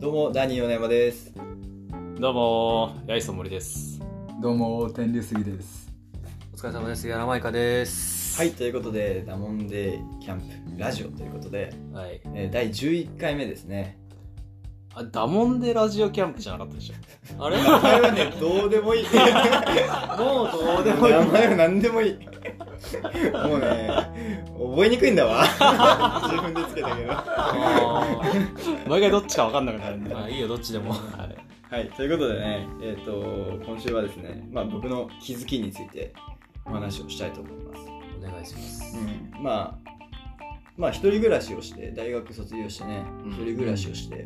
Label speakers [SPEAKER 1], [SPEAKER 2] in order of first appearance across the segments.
[SPEAKER 1] どうもダニー米山です。
[SPEAKER 2] どうもー、ヤイソン森です。
[SPEAKER 3] どうも天竜杉です
[SPEAKER 4] お疲れ様です。柳マイカです。
[SPEAKER 1] はい、ということで、ダモンデイキャンプラジオということで、
[SPEAKER 2] はい。
[SPEAKER 1] えー第11回目ですね。
[SPEAKER 2] あ、ダモンデラジオキャンプじゃなかったでしょ。
[SPEAKER 4] あれ
[SPEAKER 1] 名前はね、どうで もいい。
[SPEAKER 4] もうどうで
[SPEAKER 1] 名
[SPEAKER 4] もいい。
[SPEAKER 1] 前は何でもいい。もうね、覚えにくいんだわ。 自分でつけたけど。は
[SPEAKER 4] あ
[SPEAKER 2] 毎回どっちか分かんなくなるんで。
[SPEAKER 4] ーまあ
[SPEAKER 2] はい
[SPEAKER 4] いよ、どっちでも。
[SPEAKER 1] い、ということでね、えっ、と、今週はですね、まあ僕の気づきについてお話をしたいと思います。
[SPEAKER 4] お願いします。
[SPEAKER 1] まあまあ一人暮らしをして大学卒業してね
[SPEAKER 4] うん
[SPEAKER 1] 一人暮らしをして、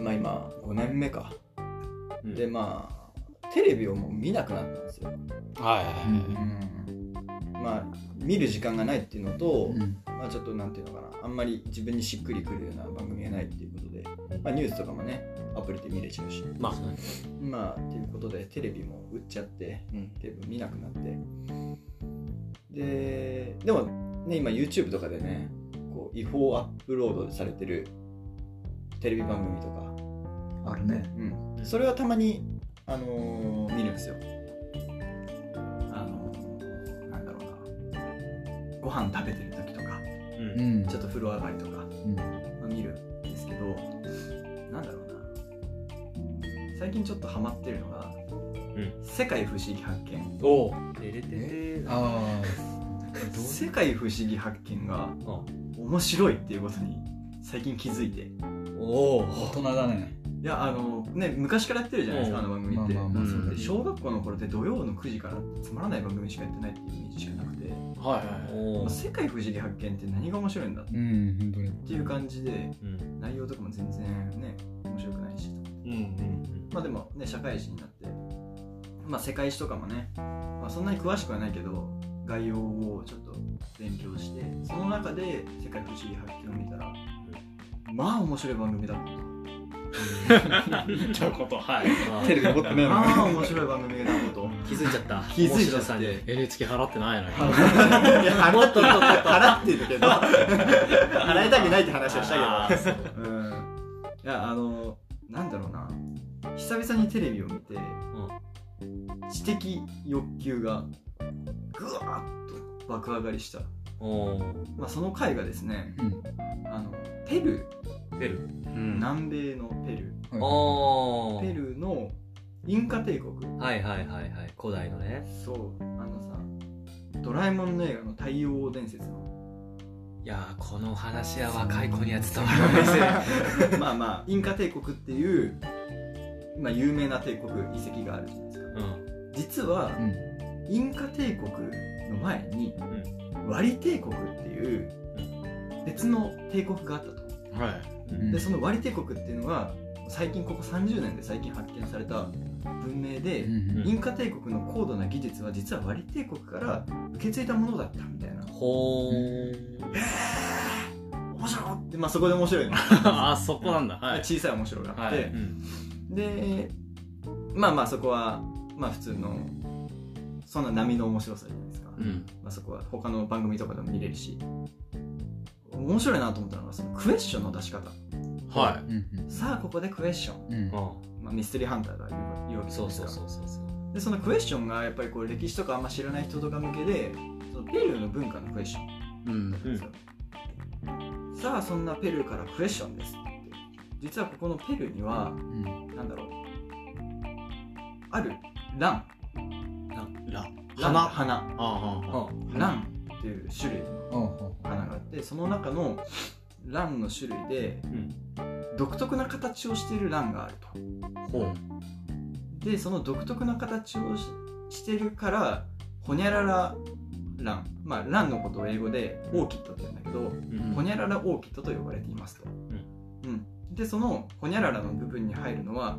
[SPEAKER 1] まあ今5年目か、
[SPEAKER 4] うん
[SPEAKER 1] でまあテレビをもう見なくなったんですよ、
[SPEAKER 2] はいは
[SPEAKER 1] まあ見る時間がないっていうのと、
[SPEAKER 3] うん
[SPEAKER 1] まあちょっとなんていうのかなあんまり自分にしっくりくるような番組がないっていうことで、まあ、ニュースとかもねアプリで見れちゃうし
[SPEAKER 4] まあ、
[SPEAKER 1] まあっていうことでテレビも売っちゃって
[SPEAKER 4] うん。
[SPEAKER 1] テレビ見なくなってででもね今 YouTube とかでねこう違法アップロードされてるテレビ番組とか、
[SPEAKER 3] あるね
[SPEAKER 1] うん、それはたまに、あのー見るんですよあのーなんだろうなご飯食べてる時とか
[SPEAKER 2] い。
[SPEAKER 3] ん
[SPEAKER 1] ちょっと風呂上がりとか
[SPEAKER 3] うん
[SPEAKER 1] まあ見るんですけどなんだろうな最近ちょっとハマってるのが
[SPEAKER 2] ん
[SPEAKER 1] 「世界不思議発見」
[SPEAKER 4] おう。でででで。
[SPEAKER 3] あ
[SPEAKER 1] 世界不思議発見が
[SPEAKER 2] う
[SPEAKER 1] 面白いっていうことに最近気づいてい
[SPEAKER 4] お
[SPEAKER 3] あ大人だね
[SPEAKER 1] やあのね昔からやってるじゃないですか、
[SPEAKER 4] うん
[SPEAKER 1] あの番組って、
[SPEAKER 3] まあまあま
[SPEAKER 2] あそうだね
[SPEAKER 1] で小学校の頃って土曜の9時からつまらない番組しかやってないっていうイメージしかなくて、
[SPEAKER 2] はいはい。
[SPEAKER 4] お
[SPEAKER 1] ま
[SPEAKER 4] う
[SPEAKER 1] あ。世界不思議発見って何が面白いんだっ
[SPEAKER 3] うん本当に
[SPEAKER 1] ていう感じで
[SPEAKER 2] うん。
[SPEAKER 1] 内容とかも全然ね面白くないし
[SPEAKER 2] うんうん
[SPEAKER 1] まあでもね社会人になってまあ世界史とかもね、まあ、そんなに詳しくはないけど概要をちょっと勉強してその中で「世界不思議発見」を見たらまあ面白い番組だ
[SPEAKER 2] うん。ってこと、はい。
[SPEAKER 4] テレ
[SPEAKER 3] レビ持ってね
[SPEAKER 1] まあ面白 い番組だこと
[SPEAKER 4] 気づいちゃった。
[SPEAKER 1] 気づいちゃって
[SPEAKER 4] 面白さに
[SPEAKER 2] NHK 払ってないのに。
[SPEAKER 1] いや
[SPEAKER 4] もっともっともっと
[SPEAKER 1] 払ってるけど 払いたくないって話は
[SPEAKER 2] あ
[SPEAKER 1] した
[SPEAKER 2] ーそう
[SPEAKER 1] けどうんいやあのなんだろうな久々にテレビを見て、知的欲求がぐわーっと爆上がりした、
[SPEAKER 4] おう。
[SPEAKER 1] まあ、その回がですね
[SPEAKER 3] うん
[SPEAKER 1] あのペル
[SPEAKER 4] ペル。
[SPEAKER 2] うん
[SPEAKER 1] 南米のペル
[SPEAKER 4] おう。
[SPEAKER 1] ペルのインカ帝国
[SPEAKER 4] はいはいはいはい。古代のね。
[SPEAKER 1] そうあのさドラえもんの映画の「太陽伝説」 の
[SPEAKER 4] いやー、この話は若い子には伝わらないですね。
[SPEAKER 1] まあまあインカ帝国っていう、まあ、有名な帝国遺跡があるじゃないですか
[SPEAKER 4] うん。
[SPEAKER 1] 実は
[SPEAKER 3] うん
[SPEAKER 1] インカ帝国の前に、ワリ帝国っていう別の帝国があったと、
[SPEAKER 2] はい。
[SPEAKER 3] うん
[SPEAKER 1] でそのワリ帝国っていうのが最近ここ30年で最近発見された文明で、
[SPEAKER 3] うん
[SPEAKER 1] インカ帝国の高度な技術は実はワリ帝国から受け継いだものだったみたいな
[SPEAKER 4] ほー。
[SPEAKER 1] 面白いって、まあ、そこで面白いの、
[SPEAKER 2] あ、そこなんだ。はい。
[SPEAKER 1] 小さい面白があっ
[SPEAKER 2] は
[SPEAKER 1] て、
[SPEAKER 2] い
[SPEAKER 4] うん。
[SPEAKER 1] でまあまあそこはまあ普通のそんな波の面白さじゃないですか、
[SPEAKER 4] うん。
[SPEAKER 1] まあ、そこは他の番組とかでも見れるし面白いなと思ったのがそのクエスチョンの出し方
[SPEAKER 2] は
[SPEAKER 3] うん
[SPEAKER 1] さあここでクエスチョン、
[SPEAKER 3] うん
[SPEAKER 1] まあ、ミステリーハンターが言うわけじゃ
[SPEAKER 4] そ
[SPEAKER 1] ないうです
[SPEAKER 4] そ
[SPEAKER 1] か
[SPEAKER 4] うそうそうそう。
[SPEAKER 1] でそのクエスチョンがやっぱりこう歴史とかあんま知らない人とか向けでそのペルーの文化のクエスチョン
[SPEAKER 3] うん
[SPEAKER 1] なんですよ、さあそんなペルーからクエスチョンですって実はここのペルーにはなんだろうあるラン
[SPEAKER 2] い。ラ。
[SPEAKER 1] ラン
[SPEAKER 2] 花。
[SPEAKER 1] 花
[SPEAKER 2] ああ。
[SPEAKER 1] ランっていう種類の
[SPEAKER 3] あ
[SPEAKER 1] 花があってその中のランの種類で
[SPEAKER 2] ん
[SPEAKER 1] 独特な形をしているランがあると
[SPEAKER 4] ほう。
[SPEAKER 1] でその独特な形をししてるからホニャララランまあランのことを英語でオーキッドって言うんだけどホニャララオーキッドと呼ばれていますと、うんでそのホニャララの部分に入るのは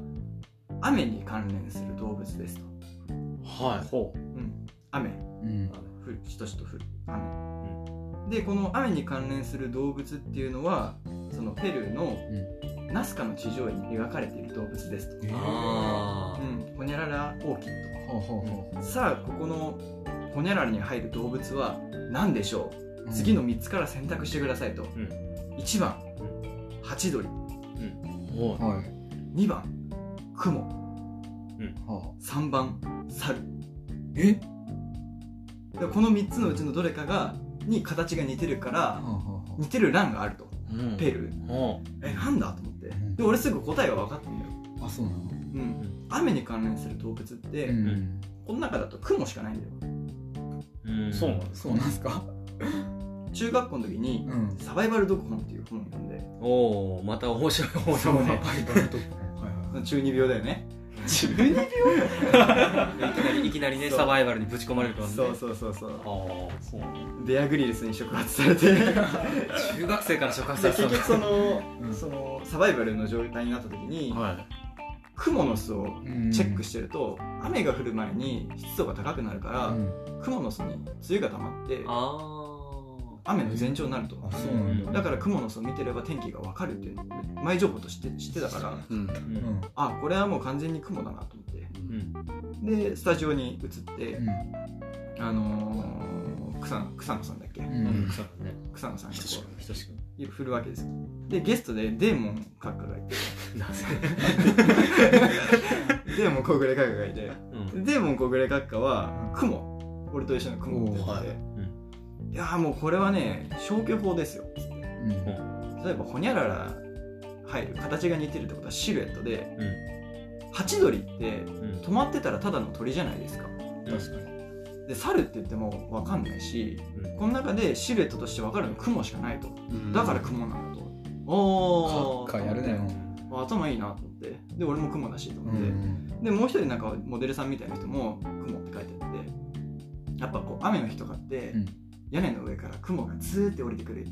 [SPEAKER 1] 雨に関連する動物ですと、
[SPEAKER 2] はい。ほ
[SPEAKER 1] うん、雨
[SPEAKER 3] うん
[SPEAKER 1] 降るしとしと降る雨、でこの雨に関連する動物っていうのはそのペルーのナスカの地上絵に描かれている動物ですと、
[SPEAKER 4] あ
[SPEAKER 1] うん、ホニャララオーキッ
[SPEAKER 3] ほうほうほ
[SPEAKER 1] ドさあここのホニャララに入る動物は何でしょう
[SPEAKER 3] う
[SPEAKER 1] 次の3つから選択してくださいと、
[SPEAKER 2] ん
[SPEAKER 1] 1番ハチドリ、
[SPEAKER 2] んお
[SPEAKER 3] はい。
[SPEAKER 1] 2番雲
[SPEAKER 3] は
[SPEAKER 1] 3番猿
[SPEAKER 3] え
[SPEAKER 1] でこの3つのうちのどれかがに形が似てるか
[SPEAKER 3] あ。
[SPEAKER 1] ら
[SPEAKER 3] はあはあ
[SPEAKER 1] 似てる欄があると
[SPEAKER 2] うん
[SPEAKER 1] ペルー
[SPEAKER 2] お
[SPEAKER 1] えなんだと思って
[SPEAKER 3] ん
[SPEAKER 1] で俺すぐ答えは分かってんだよ、
[SPEAKER 3] はあ。あ、そうなの
[SPEAKER 1] うん、雨に関連する動物って、
[SPEAKER 3] うん。
[SPEAKER 1] この中だと雲しかないんだよ
[SPEAKER 4] うん
[SPEAKER 2] そうなんです
[SPEAKER 3] そうなんすか
[SPEAKER 1] 中学校の時に
[SPEAKER 3] うん。
[SPEAKER 1] 「サバイバル読本」っていう本を読んで
[SPEAKER 4] おおまた面白い方
[SPEAKER 1] そ
[SPEAKER 4] 法
[SPEAKER 1] う
[SPEAKER 4] を
[SPEAKER 1] ね
[SPEAKER 4] ね
[SPEAKER 3] はい、バルト。はいはい。
[SPEAKER 1] 中二病だよね
[SPEAKER 2] 自分に
[SPEAKER 4] いきなりいきなりね
[SPEAKER 1] そう
[SPEAKER 4] サバイバルにぶち込まれるからね
[SPEAKER 1] そうそうそうそう
[SPEAKER 2] ああそうなんだ
[SPEAKER 1] ベアグリルスに触発されてで
[SPEAKER 4] 中学生から触発され
[SPEAKER 1] 結
[SPEAKER 4] てたん
[SPEAKER 1] 局
[SPEAKER 4] だ
[SPEAKER 1] その
[SPEAKER 3] うん
[SPEAKER 1] そのサバイバルの状態になった時に雲の巣を
[SPEAKER 3] うん
[SPEAKER 1] チェックしてると雨が降る前に湿度が高くなるか
[SPEAKER 3] う
[SPEAKER 1] ら
[SPEAKER 3] ん
[SPEAKER 1] 雲の巣に梅雨が溜まって
[SPEAKER 4] あ
[SPEAKER 1] 雨の前兆になると
[SPEAKER 3] あ、そうなんだ。
[SPEAKER 1] だから雲の巣を見てれば天気が分かるっていうのを前情報として知ってたから
[SPEAKER 2] うん
[SPEAKER 4] ー
[SPEAKER 3] うん。うん。
[SPEAKER 1] あこれはもう完全に雲だなと思って
[SPEAKER 4] うん
[SPEAKER 1] でスタジオに移ってあのー草野草野さんだっけ
[SPEAKER 3] うん。うん。
[SPEAKER 4] そうだね
[SPEAKER 1] 草野さんがこ
[SPEAKER 4] 等等し
[SPEAKER 1] う振るわけですよでゲストでデーモン閣下がいて
[SPEAKER 4] くなぜ
[SPEAKER 1] デーモン小暮閣下がいて
[SPEAKER 4] うん
[SPEAKER 1] デーモン小暮閣下は雲俺と一緒の雲を持ってて、
[SPEAKER 2] おーはい
[SPEAKER 1] いやーもうこれはね消去法ですよ
[SPEAKER 3] うん
[SPEAKER 1] 例えばホニャララ入る形が似てるってことはシルエットで
[SPEAKER 4] うん
[SPEAKER 1] ハチドリって
[SPEAKER 4] うん
[SPEAKER 1] 止まってたらただの鳥じゃないですか
[SPEAKER 4] 確か
[SPEAKER 1] で猿って言っても分かんないし
[SPEAKER 4] に
[SPEAKER 1] この中でシルエットとして分かるの雲しかないとだから雲なんだと、おお
[SPEAKER 3] かやるね
[SPEAKER 1] 頭いいなと思ってで俺も雲だしと
[SPEAKER 3] う
[SPEAKER 1] 思って、
[SPEAKER 3] ん
[SPEAKER 1] でもう一人なんかモデルさんみたいな人も雲って書いてあってやっぱこう雨の日とかって、
[SPEAKER 3] うん
[SPEAKER 1] 屋根の上から雲がツーって降りてくる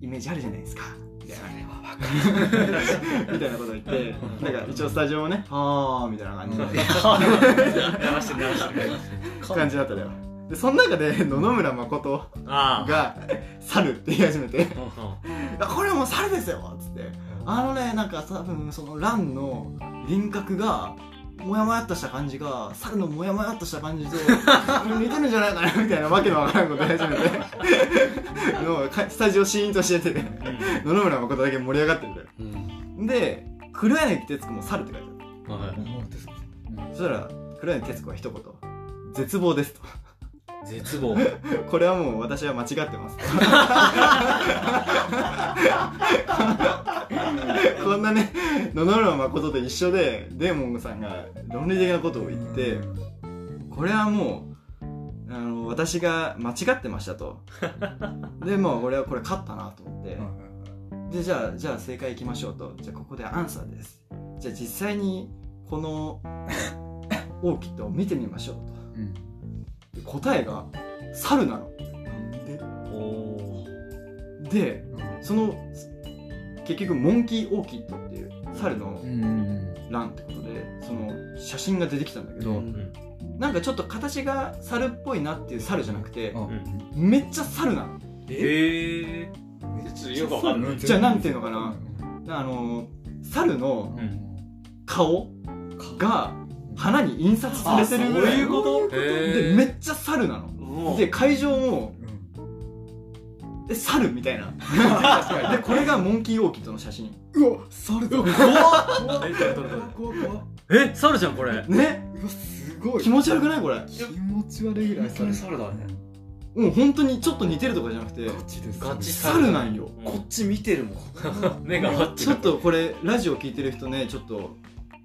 [SPEAKER 1] イメージあるじゃない ですかみたいな
[SPEAKER 4] は
[SPEAKER 1] みたいなこと言ってなんか一応スタジオもねはあみたいな感じ
[SPEAKER 3] うん
[SPEAKER 1] で
[SPEAKER 4] 分かる流してる流してる
[SPEAKER 1] 感じだったのよでその中で野々村誠
[SPEAKER 4] あ
[SPEAKER 1] が「猿」って言い始めて
[SPEAKER 4] あ
[SPEAKER 1] いやこれはもう猿ですよっつってあのねなんか多分そのランの輪郭がモヤモヤっとした感じが猿のモヤモヤっとした感じと 似てるんじゃないかなみたいなわけのわからんこと言い始めて もうかスタジオシーンとしてて
[SPEAKER 4] うん
[SPEAKER 1] 野々村誠だけ盛り上がってるんだよ
[SPEAKER 2] うん
[SPEAKER 1] で黒柳徹子も猿って書いてあ
[SPEAKER 4] は
[SPEAKER 1] るそしたら黒柳徹子は一言絶望ですと
[SPEAKER 4] い絶望
[SPEAKER 1] これはもう私は間違ってますこんなね野々村誠と一緒でデーモンさんが論理的なことを言ってこれはもうあの私が間違ってましたとでもう俺はこれ勝ったなと思って、でじゃあじゃあ正解いきましょうとじゃあここでアンサーですじゃあ実際にこのオーキッドを見てみましょう
[SPEAKER 3] うん
[SPEAKER 1] とで答えが猿なの
[SPEAKER 4] おお
[SPEAKER 1] でその結局モンキーオーキッドっていう猿の
[SPEAKER 3] うん
[SPEAKER 1] 欄ってことでその写真が出てきたんだけど、
[SPEAKER 3] うん
[SPEAKER 1] なんかちょっと形が猿っぽいなっていう猿じゃなくて
[SPEAKER 3] あ
[SPEAKER 1] めっちゃ猿なの
[SPEAKER 4] ええ
[SPEAKER 2] よくわかんない
[SPEAKER 1] じゃあなんていうのかなあの猿の顔が花に印刷されてるぐらい
[SPEAKER 2] あそういうこと
[SPEAKER 4] へ
[SPEAKER 1] で
[SPEAKER 4] ー
[SPEAKER 1] めっちゃ猿なの
[SPEAKER 2] も
[SPEAKER 1] で会場もえ猿みたいなでこれがモンキーオーキッドの写真
[SPEAKER 3] うわ猿だ
[SPEAKER 4] えどれどれどれ
[SPEAKER 3] 怖い怖い
[SPEAKER 4] え猿じゃんこれ
[SPEAKER 1] ね
[SPEAKER 3] うわすごい
[SPEAKER 1] 気持ち悪くないこれ
[SPEAKER 3] 気持ち悪いぐらい
[SPEAKER 2] 本当に猿だね
[SPEAKER 1] もう本当にちょっと似てるとかじゃなくて
[SPEAKER 3] ガチです
[SPEAKER 4] ガチ
[SPEAKER 1] 猿なんよ
[SPEAKER 2] こっち見てるもん
[SPEAKER 4] 目が合って
[SPEAKER 1] ちょ
[SPEAKER 4] る
[SPEAKER 1] っとこれラジオ聞いてる人ねちょっと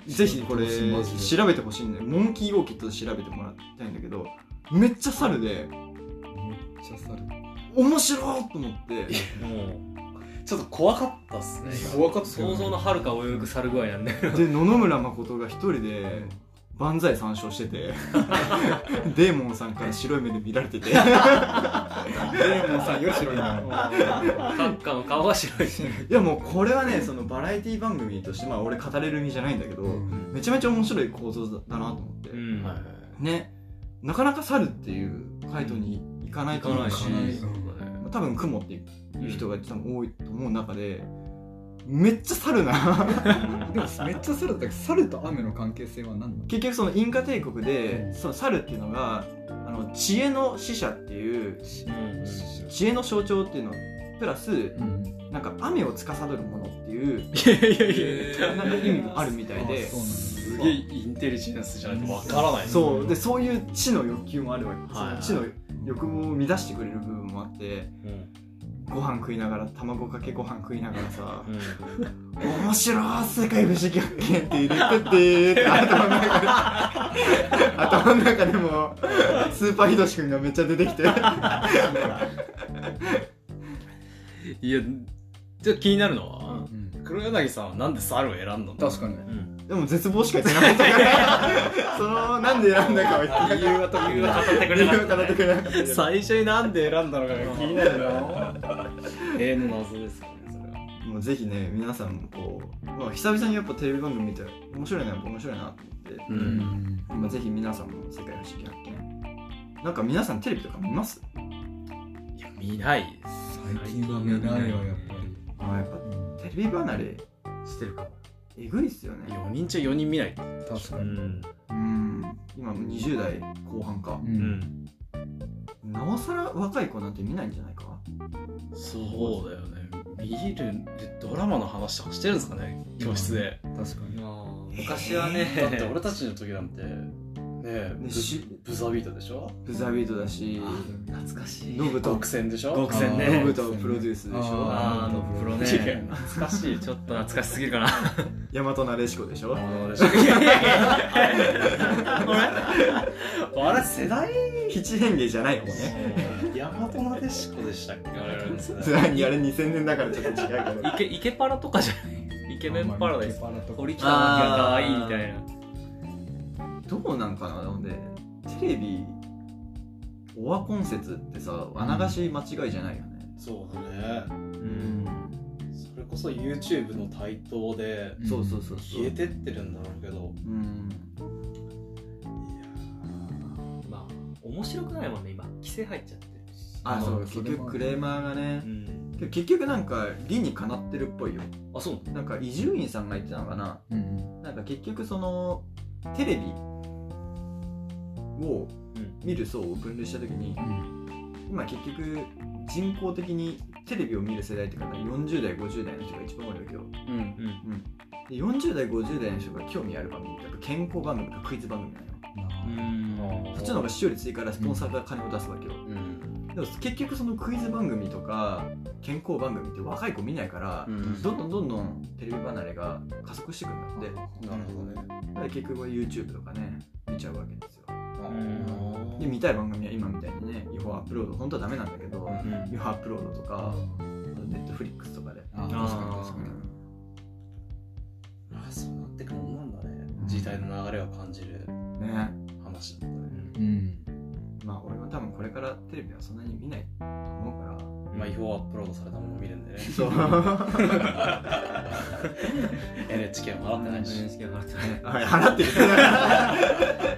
[SPEAKER 1] ぜひこれ
[SPEAKER 3] マジで
[SPEAKER 1] 調べてほしいんでモンキーオーキッドで調べてもらいたいんだけどめっちゃ猿で
[SPEAKER 3] めっちゃ猿
[SPEAKER 1] 面白いと思って
[SPEAKER 4] も
[SPEAKER 2] ちょっと怖かったっすね
[SPEAKER 3] 怖か
[SPEAKER 4] う想像のはるかを泳ぐ猿具合なんで
[SPEAKER 1] で野々村誠が一人で万歳参照しててデーモンさんから白い目で見られててデーモンさんよしろいな
[SPEAKER 4] 閣下の顔が白いし
[SPEAKER 1] いやもうこれはねそのバラエティ番組としてまあ俺語れる身じゃないんだけど、めちゃめちゃ面白い構造だなと思って、
[SPEAKER 4] うん
[SPEAKER 2] はいはい
[SPEAKER 1] ねなかなか猿っていう回答に行かないと思うし
[SPEAKER 3] 行かない
[SPEAKER 1] まあ多分雲っていう人が多分多いと思う中でめっちゃ猿な
[SPEAKER 3] でもめっちゃ猿だったけど猿と雨の関係性は何なの
[SPEAKER 1] 結局そのインカ帝国
[SPEAKER 3] う
[SPEAKER 1] で
[SPEAKER 3] ん
[SPEAKER 1] その猿っていうのがあの知恵の使者っていう
[SPEAKER 4] うん
[SPEAKER 1] 知恵の象徴っていうのをプラス
[SPEAKER 3] うん
[SPEAKER 1] なんか雨を司るものっていう
[SPEAKER 2] いやいや
[SPEAKER 4] いや
[SPEAKER 1] なんか意味があるみたいで
[SPEAKER 3] あそうなんだ
[SPEAKER 2] すげえインテリジェンスじゃないとわからない
[SPEAKER 1] そうでそういう知の欲求もあるわけ、
[SPEAKER 2] はいはい
[SPEAKER 1] その知の欲望を乱してくれる部分もあって
[SPEAKER 2] うん
[SPEAKER 1] ご飯食いながら卵かけご飯食いながらさ
[SPEAKER 2] うん
[SPEAKER 1] 「面白い世界不思議発見」って入れてってって頭の中で頭の中でもスーパーひどし君がめっちゃ出てきて
[SPEAKER 2] いやじゃあ気になるのは、
[SPEAKER 3] うん
[SPEAKER 2] 黒柳さんはなんで猿を選んだの
[SPEAKER 3] 確かに
[SPEAKER 2] うん
[SPEAKER 1] でも絶望しか言ってなかったからそのなんで選んだかは言って理由は特に
[SPEAKER 4] 理由は語ってく
[SPEAKER 1] 理由
[SPEAKER 4] れなか
[SPEAKER 1] は
[SPEAKER 4] ったね
[SPEAKER 1] 語ってくれなかったけど
[SPEAKER 2] 最初になんで選んだのかが気に なるな永遠の謎ですかねそれは
[SPEAKER 1] もうぜひね皆さんもこう、まあ、久々にやっぱテレビ番組見て面白いなやっぱ面白いなと思って、
[SPEAKER 2] う
[SPEAKER 3] うんん
[SPEAKER 1] まあ、ぜひ皆さんも「世界不思議発見」なんか皆さんテレビとか見ます
[SPEAKER 2] いや見ないです
[SPEAKER 3] 最近は見ないわやっぱり
[SPEAKER 1] あーやっぱテレビ離れしてるからえぐいっすよね
[SPEAKER 2] 4人中4人見ない
[SPEAKER 3] 確か
[SPEAKER 2] う
[SPEAKER 3] に
[SPEAKER 2] ん
[SPEAKER 1] うん今もう20代後半か
[SPEAKER 3] う
[SPEAKER 2] うんん
[SPEAKER 1] なおさら若い子なんて見ないんじゃないか
[SPEAKER 2] そうだよね見るドラマの話とかしてるんですかね教室で
[SPEAKER 3] 確かに
[SPEAKER 4] 昔はね、
[SPEAKER 2] だって俺たちの時なんてねえ
[SPEAKER 1] ねし
[SPEAKER 2] ブブザビートでしょ
[SPEAKER 1] ブザービートだし
[SPEAKER 4] 懐かしい
[SPEAKER 1] ノブと
[SPEAKER 2] 極戦でしょ
[SPEAKER 4] 極戦ね
[SPEAKER 1] あーノブとプロデュースでしょ
[SPEAKER 4] あーのプロね
[SPEAKER 2] 違う
[SPEAKER 4] 懐かしいちょっと懐かしすぎるかな
[SPEAKER 1] 大和なでしこでしょ
[SPEAKER 2] いやいやいや俺あれ世代
[SPEAKER 1] 七変化じゃないよね
[SPEAKER 2] ヤマトなでしこでしたっけ我々の世代
[SPEAKER 1] 何あれ2000年だからちょっと違うけど
[SPEAKER 4] イケイケパラとかじゃないイケメンパラダイス
[SPEAKER 3] パラとか
[SPEAKER 4] 堀北真希が可愛いみたいな
[SPEAKER 1] どうなんかなのでテレビオワコン説ってさあながし間違いじゃないよね
[SPEAKER 2] そうだね
[SPEAKER 1] うん
[SPEAKER 2] それこそ YouTube の台頭で
[SPEAKER 3] うん
[SPEAKER 1] そうそうそうそう
[SPEAKER 2] 消えてってるんだろうけど
[SPEAKER 1] うん
[SPEAKER 4] まあ面白くないもんね今規制入っちゃって
[SPEAKER 1] あそう
[SPEAKER 3] まあ
[SPEAKER 1] 結
[SPEAKER 3] それも
[SPEAKER 1] 局クレーマーがね
[SPEAKER 4] ん
[SPEAKER 1] けど結局なんか理にかなってるっぽいよ
[SPEAKER 4] あそう
[SPEAKER 1] なんか伊集院さんが言ってたのかな
[SPEAKER 3] うん
[SPEAKER 1] なんか結局そのテレビを見る層を分類した時に
[SPEAKER 3] うん
[SPEAKER 1] 今結局人口的にテレビを見る世代って方は40代50代の人が一番多いわけよ
[SPEAKER 2] うん
[SPEAKER 4] うん
[SPEAKER 1] で40代50代の人が興味ある番組って健康番組かクイズ番組なのよ
[SPEAKER 4] うん
[SPEAKER 1] そっちの方が視聴率いいからスポンサーが金を出すわけよ、
[SPEAKER 2] うん
[SPEAKER 1] でも結局そのクイズ番組とか健康番組って若い子見ないから、
[SPEAKER 2] うん
[SPEAKER 1] どんどんどんどんテレビ離れが加速してくんだって
[SPEAKER 2] なるほどね
[SPEAKER 1] だから結局は YouTube とかね見ちゃうわけですよ
[SPEAKER 2] うん
[SPEAKER 1] で見たい番組は今みたいにね違法アップロード本当はダメなんだけど、違法アップロードとかネットフリックスとかで、
[SPEAKER 3] あ確かに確かに
[SPEAKER 2] あそうなってくもんなんだね時代の流れを感じる
[SPEAKER 1] ね
[SPEAKER 2] 話だったね
[SPEAKER 3] うん
[SPEAKER 1] まあ俺は多分これからテレビはそんなに見ないと思うから
[SPEAKER 2] まあ違法アップロードされたものを見るん でね NHK も払ってないし
[SPEAKER 4] NHK 笑って
[SPEAKER 1] はい払ってる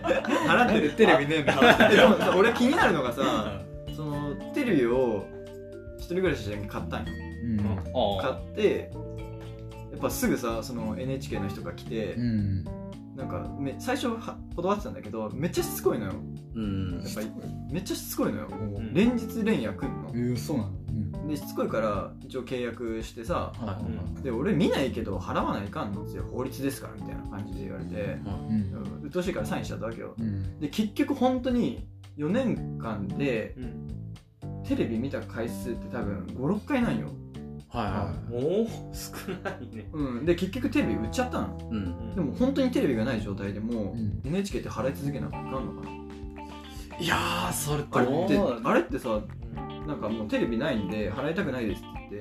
[SPEAKER 1] 払ってる
[SPEAKER 3] テレビねえんだ
[SPEAKER 1] で もさ俺気になるのがさそのテレビを一人暮らしじゃん買ったんよ
[SPEAKER 3] うん
[SPEAKER 1] 買
[SPEAKER 2] あ
[SPEAKER 1] ってやっぱすぐさその NHK の人が来て、
[SPEAKER 3] うん
[SPEAKER 1] なんかめ最初は断ってたんだけどめっちゃしつこいのよ
[SPEAKER 2] うん
[SPEAKER 1] やっぱりめっちゃしつこいのよ
[SPEAKER 3] お
[SPEAKER 4] うん
[SPEAKER 1] 連日連夜来んの
[SPEAKER 3] えーそうなのうん
[SPEAKER 1] でしつこいから一応契約してさ
[SPEAKER 3] は
[SPEAKER 1] で俺見ないけど払わないかんのですよ法律ですからみたいな感じで言われて
[SPEAKER 3] いうん
[SPEAKER 1] うんうっとうしいからサインしちゃったわけよ
[SPEAKER 3] うん
[SPEAKER 1] で結局本当に4年間で
[SPEAKER 4] うん
[SPEAKER 1] テレビ見た回数って多分56回なんよ、
[SPEAKER 2] はいは
[SPEAKER 4] おお少ないね
[SPEAKER 1] うん、で結局テレビ売っちゃったの
[SPEAKER 2] いうん
[SPEAKER 1] でも本当にテレビがない状態でも、
[SPEAKER 3] うん
[SPEAKER 1] NHK って払い続けなきゃいかんのかない
[SPEAKER 2] やーそれ
[SPEAKER 1] あれって
[SPEAKER 2] どう
[SPEAKER 1] あれってさ
[SPEAKER 4] うん
[SPEAKER 1] なんかもうテレビないんで払いたくないですって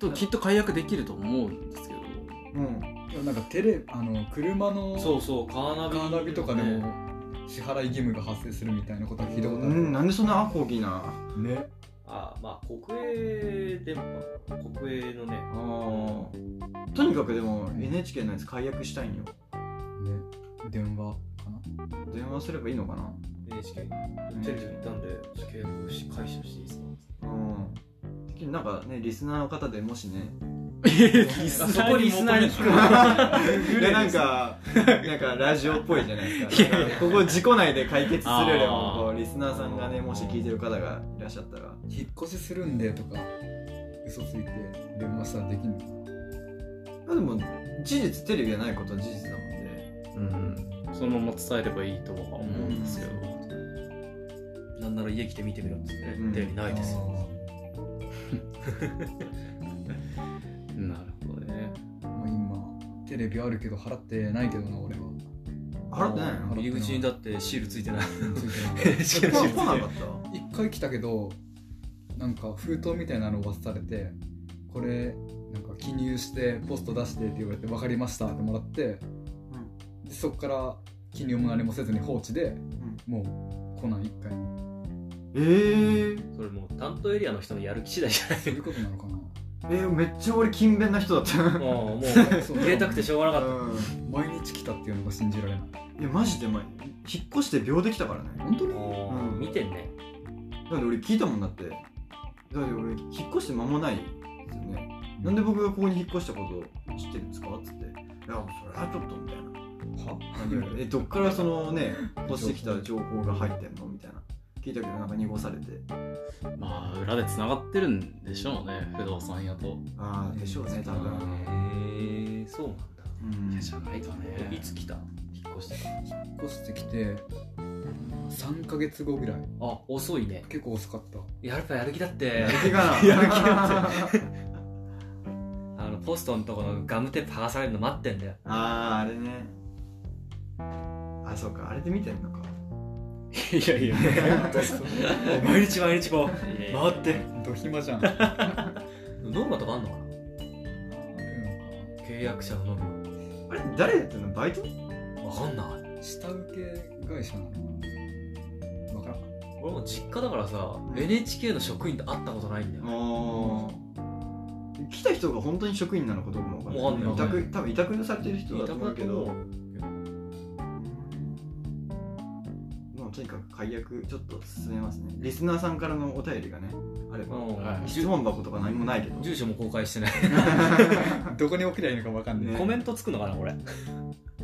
[SPEAKER 1] 言って
[SPEAKER 2] ときっと解約できると思うんですけど
[SPEAKER 1] うん
[SPEAKER 3] でもなんかテレあの車の
[SPEAKER 4] そうそうカーナビ
[SPEAKER 3] カーナビとかでも支払い義務が発生するみたいなことは聞いたことあ
[SPEAKER 1] う
[SPEAKER 3] る
[SPEAKER 1] んなんでそんなアホギーな
[SPEAKER 3] ね
[SPEAKER 4] あまあ国営電波国営のね
[SPEAKER 1] あーとにかくでも NHK のやつ解約したいんよ
[SPEAKER 3] ね電話かな
[SPEAKER 1] 電話すればいいのかな
[SPEAKER 4] NHK テレビ行ったんで契約し解消していいですか
[SPEAKER 1] うんなんかねリスナーの方でもしね
[SPEAKER 2] リ
[SPEAKER 4] スナーにそこリスナーに聞く
[SPEAKER 1] いやなんか、なんかラジオっぽいじゃないですか。ここ事故内で解決するよりも、こうリスナーさんがね、もし聞いてる方がいらっしゃったら。
[SPEAKER 3] 引っ越しするんでとか嘘ついて連マスターできんの
[SPEAKER 1] まあでも事実テレビじゃないことは事実だもんね
[SPEAKER 2] うんそのまま伝えればいいとは思うんですけど、
[SPEAKER 4] なんなら家来て見てみろっつって、
[SPEAKER 1] うん
[SPEAKER 4] テレビないですよ
[SPEAKER 2] なるほどね
[SPEAKER 3] あーもう今テレビあるけど払ってないけどな俺は
[SPEAKER 1] 払ってないの
[SPEAKER 3] 払
[SPEAKER 4] 入り口にだってシールついてない
[SPEAKER 3] ついてない
[SPEAKER 4] し
[SPEAKER 1] え
[SPEAKER 4] か
[SPEAKER 1] 来
[SPEAKER 4] もシールつ
[SPEAKER 1] 来
[SPEAKER 4] いてな
[SPEAKER 1] ないかっ
[SPEAKER 3] 一回来たけどなんか封筒みたいなのを渡されてこれなんか記入してポスト出してって言われて分かりましたってもらって、でそこから記入も何もせずに放置で、もう来ない一回も
[SPEAKER 1] たええ
[SPEAKER 4] それもう担当エリアの人のやる気次第じゃない
[SPEAKER 3] そういうことなのかな
[SPEAKER 1] えー、めっちゃ俺勤勉な人だったよ
[SPEAKER 4] もうもう
[SPEAKER 3] そう
[SPEAKER 4] 入れたくてしょうがなかっ
[SPEAKER 1] う
[SPEAKER 3] 毎日来たっていうのが信じられない
[SPEAKER 1] んいやマジで前引っ越して秒できたからね
[SPEAKER 3] 本当
[SPEAKER 4] た
[SPEAKER 3] に
[SPEAKER 4] も
[SPEAKER 1] う
[SPEAKER 4] うん見てんね
[SPEAKER 1] だって俺聞いたもんだってだって俺引っ越して間もないですよねなんで僕がここに引っ越したことを知ってるんですかっつって「いやそれはちょっと」みたいな
[SPEAKER 3] は
[SPEAKER 1] 感じで「えどっからそのね越してきた情報が入ってんの?」みたいな聞いたけどなんか濁されて
[SPEAKER 2] まあ裏でつながってるんでしょうね不動産屋と
[SPEAKER 1] 「ああでしょうね多分」
[SPEAKER 4] へえそうなんだ
[SPEAKER 1] うん
[SPEAKER 2] じゃないとね
[SPEAKER 4] いつ来た引っ越してから
[SPEAKER 3] 引っ越してきて3ヶ月後ぐらい
[SPEAKER 4] あ遅いね
[SPEAKER 3] 結構遅かった
[SPEAKER 4] やっぱやる気だって
[SPEAKER 1] やる気がな
[SPEAKER 4] やる気があのポストのとこのガムテープ剥がされるの待ってんだよ
[SPEAKER 1] あああれねあそうかあれで見てんのか
[SPEAKER 2] いやいや
[SPEAKER 4] 毎日毎日こう回って
[SPEAKER 3] ド暇じゃんあるのか
[SPEAKER 4] ノルマとかあんのかな契約者のノル
[SPEAKER 1] あれ誰やってんのバイト
[SPEAKER 4] マわかんない
[SPEAKER 3] な下請け会社なのかなわからん
[SPEAKER 4] 俺も実家だからさ NHK の職員と会ったことないんだよ
[SPEAKER 1] ああ来た人が本当に職員なのかどうかも分かんない
[SPEAKER 4] わかんない
[SPEAKER 1] 委託多分委託されてる人だと思うけど
[SPEAKER 4] 委託
[SPEAKER 1] まあとにかく解約ちょっと進めますねリスナーさんからのお便りがねあれば、
[SPEAKER 4] うん
[SPEAKER 1] 質問箱とか何もないけど
[SPEAKER 4] 住所も公開してない
[SPEAKER 3] どこに置けばいいのかわかんない、
[SPEAKER 1] ね
[SPEAKER 4] コメントつくのかなこれ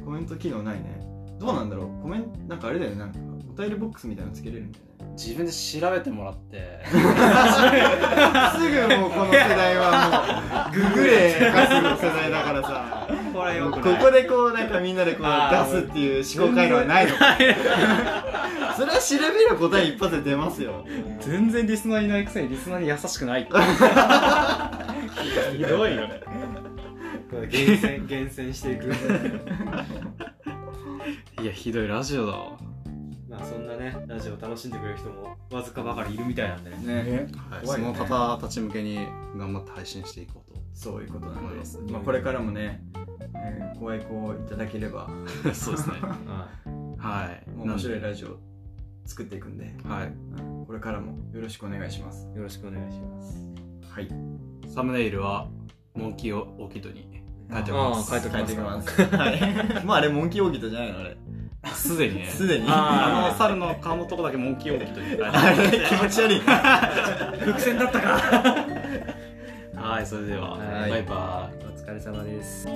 [SPEAKER 1] コメント機能ないねどうなんだろうコメントなんかあれだよねなんかお便りボックスみたいなのつけれるんだよね
[SPEAKER 2] 自分で調べてもらって
[SPEAKER 1] すぐもうこの世代はもうググれがすぐの世代だからさ
[SPEAKER 4] これ
[SPEAKER 1] ここでこうなんかみんなでこ
[SPEAKER 4] あ
[SPEAKER 1] う
[SPEAKER 4] ー
[SPEAKER 1] 出すっていう思考回路はないの それは調べる答え一発で出ますよ
[SPEAKER 2] 全然リスナーいないくせにリスナーに優しくないひどいよ ね
[SPEAKER 4] 厳選厳選していく
[SPEAKER 2] いやひどいラジオだわ
[SPEAKER 4] まあそんなねラジオを楽しんでくれる人もわずかばかりいるみたいなんでね
[SPEAKER 1] ね
[SPEAKER 3] ね
[SPEAKER 2] はい、
[SPEAKER 1] 怖
[SPEAKER 2] そ
[SPEAKER 1] いよ
[SPEAKER 2] の
[SPEAKER 1] ね
[SPEAKER 2] 方たち向けに頑張って配信していこう
[SPEAKER 1] そういうことなんで
[SPEAKER 2] 思います
[SPEAKER 1] まあ、これからもね、えー、ご愛顧いただければ
[SPEAKER 2] とそうですね
[SPEAKER 4] うん
[SPEAKER 2] はい
[SPEAKER 1] もう面白い
[SPEAKER 2] なんで
[SPEAKER 1] ラジオを作っていくんで、
[SPEAKER 2] はい
[SPEAKER 1] うんこれからもよろしくお願いします
[SPEAKER 4] よろしくお願いします
[SPEAKER 1] はい
[SPEAKER 2] サムネイルはモンキーをオキドに書いておきます
[SPEAKER 4] あー書いておきます
[SPEAKER 1] 書いておきますは いまああれモンキーオーギトじゃないのあれ
[SPEAKER 2] すでにね
[SPEAKER 1] すでに
[SPEAKER 2] あーあの猿の顔のとこだけモンキーオキドに書いてます
[SPEAKER 1] あれ気 持ち悪い
[SPEAKER 4] 伏線だったか
[SPEAKER 2] はいそれでは、
[SPEAKER 4] はい
[SPEAKER 2] バイバイ
[SPEAKER 4] お疲れ様です